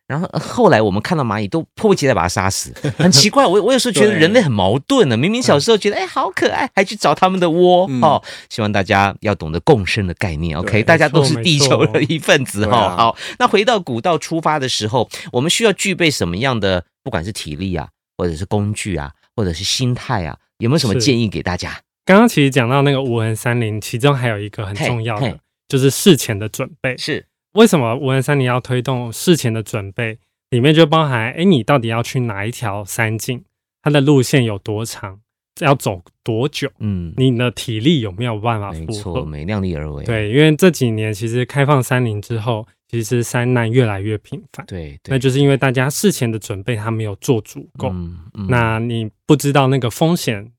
[SPEAKER 2] 然后呃后来我们看到蚂蚁都迫不及待把它杀死，很奇怪。我我有时候觉得
[SPEAKER 3] 对
[SPEAKER 2] 人类很矛盾呢、明明小时候觉得哎好可爱，还去找他们的窝、
[SPEAKER 3] 嗯
[SPEAKER 2] 哦。希望大家要懂得共生的概念，OK？
[SPEAKER 3] 对
[SPEAKER 2] 大家
[SPEAKER 1] 没错
[SPEAKER 2] 都是地球
[SPEAKER 1] 没错
[SPEAKER 2] 的一份子
[SPEAKER 3] 对
[SPEAKER 2] 哈、
[SPEAKER 3] 啊
[SPEAKER 2] 好，那回到古道出发的时候，我们需要具备什么样的，不管是体力啊，或者是工具啊，或者是心态啊，有没有什么
[SPEAKER 1] 是
[SPEAKER 2] 建议给大家？
[SPEAKER 1] 刚刚其实讲到那个无痕山林，其中还有一个很
[SPEAKER 2] 嘿
[SPEAKER 1] 重要的
[SPEAKER 2] 嘿，
[SPEAKER 1] 就是事前的准备。
[SPEAKER 2] 是
[SPEAKER 1] 为什么无痕山林要推动事前的准备？里面就包含，哎，你到底要去哪一条山径？它的路线有多长？要走多久？
[SPEAKER 2] 嗯，
[SPEAKER 1] 你的体力有没有办法
[SPEAKER 2] 没
[SPEAKER 1] 负
[SPEAKER 2] 错，
[SPEAKER 1] 荷？
[SPEAKER 2] 没量力而为。
[SPEAKER 1] 对，因为这几年其实开放山林之后，其实山难越来越频繁，
[SPEAKER 2] 对对，
[SPEAKER 1] 那就是因为大家事前的准备他没有做足够。
[SPEAKER 2] 嗯嗯
[SPEAKER 1] 那你不知道那个风险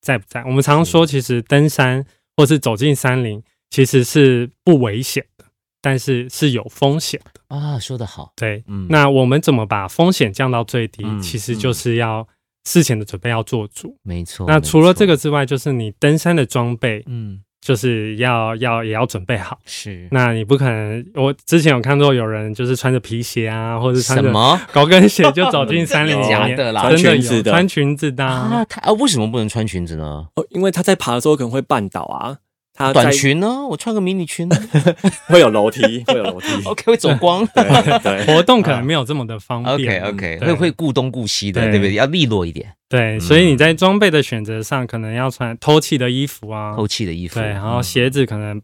[SPEAKER 1] 在不在？我们常说，其实登山或是走进山林，其实是不危险的，但是是有风险的。
[SPEAKER 2] 啊，说得好，
[SPEAKER 1] 对，
[SPEAKER 2] 嗯，
[SPEAKER 1] 那我们怎么把风险降到最低？
[SPEAKER 2] 嗯
[SPEAKER 1] 其实就是要事前的准备要做足。
[SPEAKER 2] 没错。
[SPEAKER 1] 那
[SPEAKER 2] 没
[SPEAKER 1] 除了
[SPEAKER 2] 错
[SPEAKER 1] 这个，之外，就是你登山的装备，
[SPEAKER 2] 嗯，
[SPEAKER 1] 就是要要也要准备好。
[SPEAKER 2] 是
[SPEAKER 1] 那你不可能，我之前有看到有人就是穿着皮鞋啊，或者是
[SPEAKER 2] 什
[SPEAKER 1] 穿着
[SPEAKER 2] 么
[SPEAKER 1] *laughs* 高跟鞋就走
[SPEAKER 2] *laughs*
[SPEAKER 1] 进山林里
[SPEAKER 3] 真的
[SPEAKER 1] 面，
[SPEAKER 2] 假的啦
[SPEAKER 1] 真的
[SPEAKER 3] 穿裙子
[SPEAKER 1] 有
[SPEAKER 3] 的
[SPEAKER 1] 穿裙子的啊、
[SPEAKER 2] 啊？他啊，为什么不能穿裙子呢？
[SPEAKER 3] 哦，因为他在爬的时候可能会绊倒啊，
[SPEAKER 1] 呃
[SPEAKER 3] 它在
[SPEAKER 2] 短裙呢？我穿个迷你
[SPEAKER 1] *laughs*
[SPEAKER 2] 裙呢
[SPEAKER 3] 会有楼梯，会有
[SPEAKER 2] *laughs*
[SPEAKER 3] 楼梯。
[SPEAKER 2] ，OK 会走光。 *laughs*
[SPEAKER 3] 对对，
[SPEAKER 1] 活动可
[SPEAKER 2] 啊
[SPEAKER 1] 能没有这么的方
[SPEAKER 2] OK
[SPEAKER 1] 便。嗯啊
[SPEAKER 2] OK，
[SPEAKER 1] 对
[SPEAKER 2] 会会顾东顾西的，
[SPEAKER 1] 对
[SPEAKER 2] 对不对？要利落一点，
[SPEAKER 1] 对，
[SPEAKER 2] 嗯
[SPEAKER 1] 所以你在装备的选择上，可能要穿透气的衣服啊，
[SPEAKER 2] 透气的衣服。
[SPEAKER 1] 对，然后
[SPEAKER 2] 嗯
[SPEAKER 1] 鞋子可能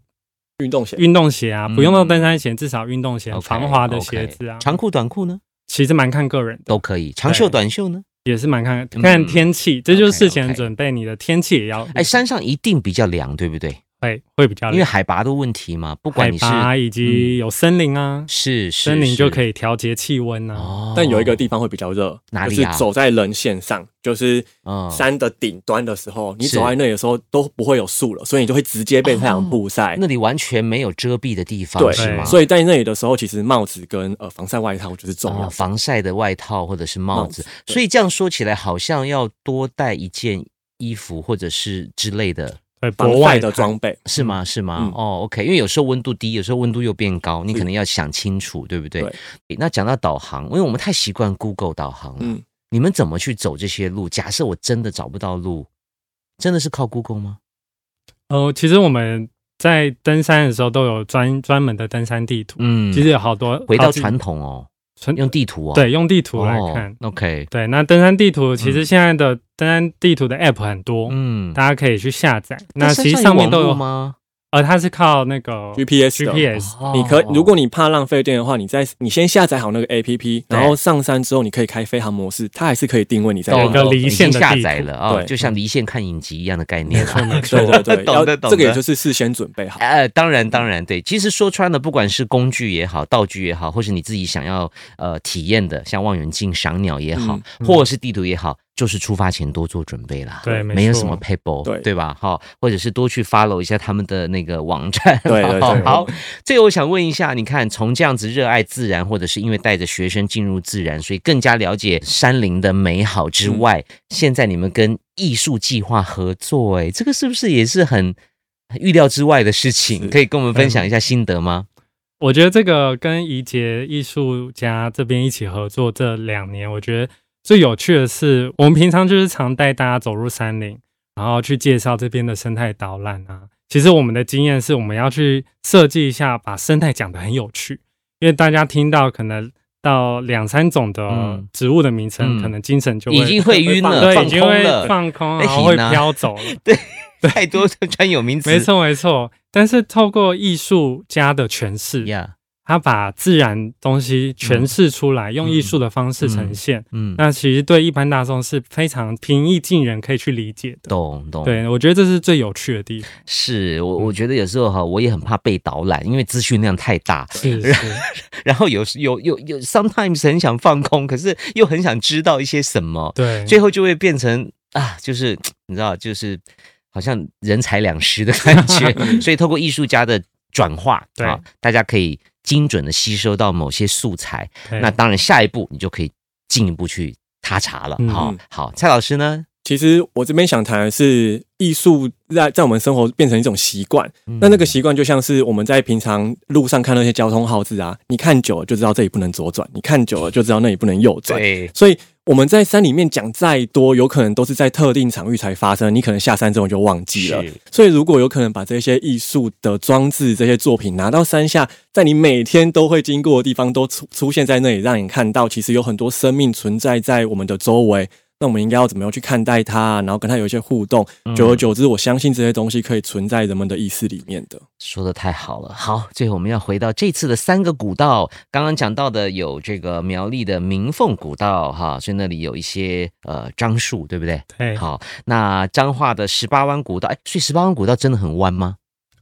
[SPEAKER 3] 运动鞋
[SPEAKER 1] 运动鞋啊，
[SPEAKER 2] 嗯
[SPEAKER 1] 不用到登山鞋，至少运动鞋、
[SPEAKER 2] OK，
[SPEAKER 1] 防滑的
[SPEAKER 2] OK
[SPEAKER 1] 鞋子啊，
[SPEAKER 2] 长裤短裤呢
[SPEAKER 1] 其实蛮看个人的，
[SPEAKER 2] 都可以，长袖短袖呢？
[SPEAKER 1] 也是蛮看
[SPEAKER 2] 嗯
[SPEAKER 1] 看天气，这就是事
[SPEAKER 2] OK，OK
[SPEAKER 1] 前准备，你的天气也要
[SPEAKER 2] 哎，山上一定比较凉，对不对？
[SPEAKER 1] 会会比较
[SPEAKER 3] 啊
[SPEAKER 2] 因为
[SPEAKER 1] 冷，
[SPEAKER 2] 海拔的问题嘛，不管
[SPEAKER 1] 海
[SPEAKER 2] 你是
[SPEAKER 1] 拔以及有森林啊，
[SPEAKER 2] 是是
[SPEAKER 1] 森林就可
[SPEAKER 2] 以。
[SPEAKER 1] 以调节气温啊。
[SPEAKER 2] 哦
[SPEAKER 3] 但有一个地方会比较热，
[SPEAKER 2] 哪
[SPEAKER 3] 就
[SPEAKER 2] 里
[SPEAKER 3] 是
[SPEAKER 2] 啊
[SPEAKER 3] 走在人线上，就是
[SPEAKER 2] 嗯
[SPEAKER 3] 山的顶端的时候，你
[SPEAKER 2] 是哦
[SPEAKER 3] 走在那里的时候都不会有树了，所以你就会直接被太阳曝晒。
[SPEAKER 2] 那里完全没有遮蔽的地方，
[SPEAKER 3] 对
[SPEAKER 2] 是吗？哦
[SPEAKER 3] 所以在那里的时候，其实帽子跟呃防晒外套就是重要
[SPEAKER 2] 哦，
[SPEAKER 3] 的。
[SPEAKER 2] 防晒的外套或者是帽子
[SPEAKER 3] 帽子，对
[SPEAKER 2] 所以这样说起来，好像要多带一件衣服或者是之类哦的，
[SPEAKER 1] 对，
[SPEAKER 3] 防
[SPEAKER 1] 国
[SPEAKER 3] 晒
[SPEAKER 1] 外
[SPEAKER 3] 的装备，
[SPEAKER 2] 是吗？是吗
[SPEAKER 3] 嗯？
[SPEAKER 2] 哦，OK，因为有时候温度低，有时候温度又变高，你
[SPEAKER 3] 是
[SPEAKER 2] 可能要想清楚，对不对
[SPEAKER 3] 对？
[SPEAKER 2] 那讲到导航，因为我们太习惯 Google 导航了，
[SPEAKER 3] 嗯，
[SPEAKER 2] 你们怎么去走这些路？假设我真的找不到路，真的是靠 Google 吗？
[SPEAKER 1] 哦，其实我们在登山的时候都有专专门的登山地图，
[SPEAKER 2] 嗯，
[SPEAKER 1] 其实有好多
[SPEAKER 2] 回到
[SPEAKER 1] 好几
[SPEAKER 2] 传统哦，
[SPEAKER 1] 传
[SPEAKER 2] 用地图哦，
[SPEAKER 1] 对用地图
[SPEAKER 2] 哦，
[SPEAKER 1] 来看。
[SPEAKER 2] ，OK，
[SPEAKER 1] 对，那登山地图其实现在的登山地图的 App 很多，
[SPEAKER 2] 嗯，
[SPEAKER 1] 大家可以去下载。那
[SPEAKER 2] 但
[SPEAKER 1] 其
[SPEAKER 2] 山
[SPEAKER 1] 实上面
[SPEAKER 2] 有
[SPEAKER 1] 都
[SPEAKER 2] 网路
[SPEAKER 1] 有，
[SPEAKER 2] 吗
[SPEAKER 1] 呃，它是靠那个
[SPEAKER 3] GPS 的
[SPEAKER 1] GPS，
[SPEAKER 2] 哦
[SPEAKER 3] 你可如果你怕浪费电的话，你在你先下载好那个 APP，然后上山之后，你可以开飞行模式，它还是可以定位你在
[SPEAKER 1] 有
[SPEAKER 3] 哪
[SPEAKER 2] 懂
[SPEAKER 1] 个
[SPEAKER 3] 里。
[SPEAKER 2] 懂
[SPEAKER 1] 离
[SPEAKER 2] 已
[SPEAKER 1] 线
[SPEAKER 2] 经
[SPEAKER 1] 的
[SPEAKER 2] 下
[SPEAKER 1] 地
[SPEAKER 2] 载
[SPEAKER 1] 图嗯
[SPEAKER 2] 了啊，
[SPEAKER 3] 对
[SPEAKER 2] 就像离线看影集一样的概念啊。 *laughs*
[SPEAKER 3] 对对对，
[SPEAKER 2] 懂
[SPEAKER 3] 要
[SPEAKER 2] 得懂
[SPEAKER 3] 这个
[SPEAKER 2] 得
[SPEAKER 3] 也就是事先准备好。嗯
[SPEAKER 2] 呃，当然，当然，对。其实说穿了，不管是工具也好，道具也好，或是你自己想要呃体验的，像望远镜、赏鸟也
[SPEAKER 3] 嗯
[SPEAKER 2] 好，或是地图也好，就是出发前多做准备啦。
[SPEAKER 1] 对没
[SPEAKER 2] 没有
[SPEAKER 1] 错
[SPEAKER 2] 什么 paper，
[SPEAKER 3] 对
[SPEAKER 2] 对吧？哈，或者是多去 follow 一下他们的那个网站。
[SPEAKER 3] 对对
[SPEAKER 2] *laughs*
[SPEAKER 3] 对
[SPEAKER 2] 好好，最后我想问一下，你看从这样子热爱自然，或者是因为带着学生进入自然，所以更加了解山林的美好之
[SPEAKER 3] 嗯
[SPEAKER 2] 外，现在你们跟艺术计划合作，哎，这个是不是也是很预料之外的事情？
[SPEAKER 3] 是
[SPEAKER 2] 可以跟我们分享一下心得吗？
[SPEAKER 1] 我觉得这个跟怡杰艺术家这边一起合作这两年，我觉得最有趣的是，我们平常就是常带大家走入山林，然后去介绍这边的生态导览啊。其实我们的经验是，我们要去设计一下，把生态讲得很有趣，因为大家听到可能到两三种的
[SPEAKER 2] 嗯
[SPEAKER 1] 植物的名称，
[SPEAKER 2] 嗯
[SPEAKER 1] 可能精神就会
[SPEAKER 2] 已经会晕了，
[SPEAKER 1] 对，
[SPEAKER 2] 放
[SPEAKER 1] 已经
[SPEAKER 2] 空
[SPEAKER 1] 会
[SPEAKER 2] 了，
[SPEAKER 1] 放空，
[SPEAKER 2] 哎
[SPEAKER 1] 然后会
[SPEAKER 2] 行啊
[SPEAKER 1] 飘
[SPEAKER 2] *laughs*
[SPEAKER 1] 走了。 *laughs*
[SPEAKER 2] 太多的专有名词，
[SPEAKER 1] 没错，没错。但是透过艺术家的诠释，
[SPEAKER 2] 呀，
[SPEAKER 1] 他把自然东西诠释出来，用艺术的方式呈现。
[SPEAKER 2] 嗯，
[SPEAKER 1] 那其实对一般大众是非常平易近人，可以去理解的。
[SPEAKER 2] 懂懂，
[SPEAKER 1] 对，嗯我觉得这是最有趣的地方。
[SPEAKER 2] 是我我觉得有时候哈，我也很怕被导览，因为资讯量太大，
[SPEAKER 1] 是是，
[SPEAKER 2] *laughs* 然后有时有有有，sometimes 很想放空，可是又很想知道一些什么，
[SPEAKER 1] 对，
[SPEAKER 2] 最后就会变成啊，就是你知道，就是好像人财两失的感
[SPEAKER 1] *laughs*
[SPEAKER 2] 觉。所以透过艺术家的转化，
[SPEAKER 1] 对
[SPEAKER 2] 啊，大家可以精准的吸收到某些素材。
[SPEAKER 1] 对
[SPEAKER 2] 那当然，下一步你就可以进一步去踏查了。
[SPEAKER 1] 嗯
[SPEAKER 2] 好、好，蔡老师呢？
[SPEAKER 3] 其实我这边想谈的是，艺术在在我们生活变成一种习惯。
[SPEAKER 2] 嗯
[SPEAKER 3] 那那个习惯就像是我们在平常路上看那些交通号志啊，你看久了就知道这里不能左转，你看久了就知道那里不能右转。
[SPEAKER 2] 对，
[SPEAKER 3] 所以我们在山里面讲再多，有可能都是在特定场域才发生，你可能下山之后就忘记了
[SPEAKER 2] 是。
[SPEAKER 3] 所以如果有可能把这些艺术的装置、这些作品拿到山下，在你每天都会经过的地方都出出现在那里，让你看到其实有很多生命存在在我们的周围。那我们应该要怎么样去看待它，然后跟它有一些互动？久而久之，我相信这些东西可以存在人们的意识里面的。
[SPEAKER 2] 说的太好了，好，最后我们要回到这次的三个古道，刚刚讲到的有这个苗栗的鸣凤古道哈，所以那里有一些呃樟树，对不对？
[SPEAKER 1] 对，
[SPEAKER 2] 好，那彰化的十八湾古道，哎，所以十八湾古道真的很弯
[SPEAKER 1] *laughs*
[SPEAKER 2] 吗？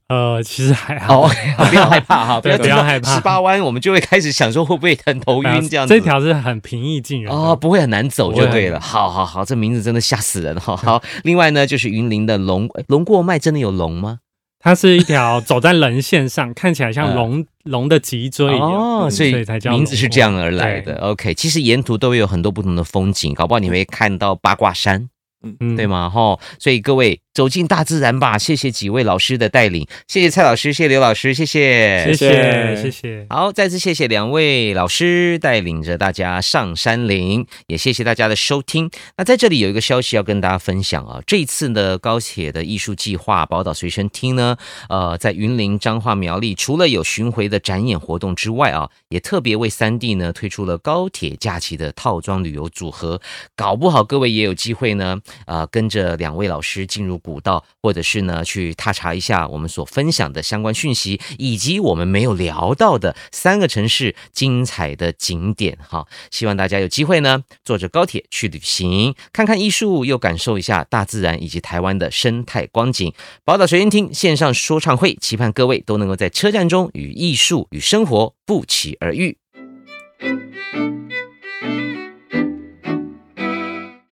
[SPEAKER 1] 呃，其实还好。
[SPEAKER 2] 哦，不要
[SPEAKER 1] *laughs*
[SPEAKER 2] 害怕 *laughs* 哈，
[SPEAKER 1] 对不要害怕
[SPEAKER 2] 十八湾我们就会开始想说会不会很头
[SPEAKER 1] 呃
[SPEAKER 2] 晕这样子。
[SPEAKER 1] 这条是很平易近人的
[SPEAKER 2] 哦，不会很难走就
[SPEAKER 1] 不会
[SPEAKER 2] 对了。好好好，这名字真的吓死人哈、好，另外呢就是云林的龙哎龙过脉，真的有龙吗？
[SPEAKER 1] 它是一条走在人线上，看起来像龙龙的脊椎一样，
[SPEAKER 2] 嗯哦，
[SPEAKER 1] 嗯
[SPEAKER 2] 所
[SPEAKER 1] 所
[SPEAKER 2] 以
[SPEAKER 1] 才叫
[SPEAKER 2] 名字是
[SPEAKER 1] 龙
[SPEAKER 2] 这
[SPEAKER 1] 王
[SPEAKER 2] 样而来的。OK，其实沿途都会有很多不同的风景，搞不好你会看到八卦山，
[SPEAKER 1] 嗯
[SPEAKER 2] 对吗？哈，所以各位走进大自然吧。谢谢几位老师的带领，谢谢蔡老师，谢谢刘老师，谢谢，
[SPEAKER 1] 谢
[SPEAKER 3] 谢
[SPEAKER 1] 谢谢谢，
[SPEAKER 2] 好，再次谢谢两位老师带领着大家上山林，也谢谢大家的收听。那在这里有一个消息要跟大家分享啊，这一次的高铁的艺术计划宝岛随身听呢，呃，在云林、彰化、苗栗，除了有巡回的展演活动之外啊，也特别为三地呢推出了高铁假期的套装旅游组合，搞不好各位也有机会呢，呃，跟着两位老师进入古道，或者是呢去踏查一下我们所分享的相关讯息，以及我们没有聊到的三个城市精彩的景点哈。希望大家有机会呢，坐着高铁去旅行，看看艺术，又感受一下大自然以及台湾的生态光景。宝岛随音听线上说唱会，期盼各位都能够在车站中与艺术与生活不期而遇。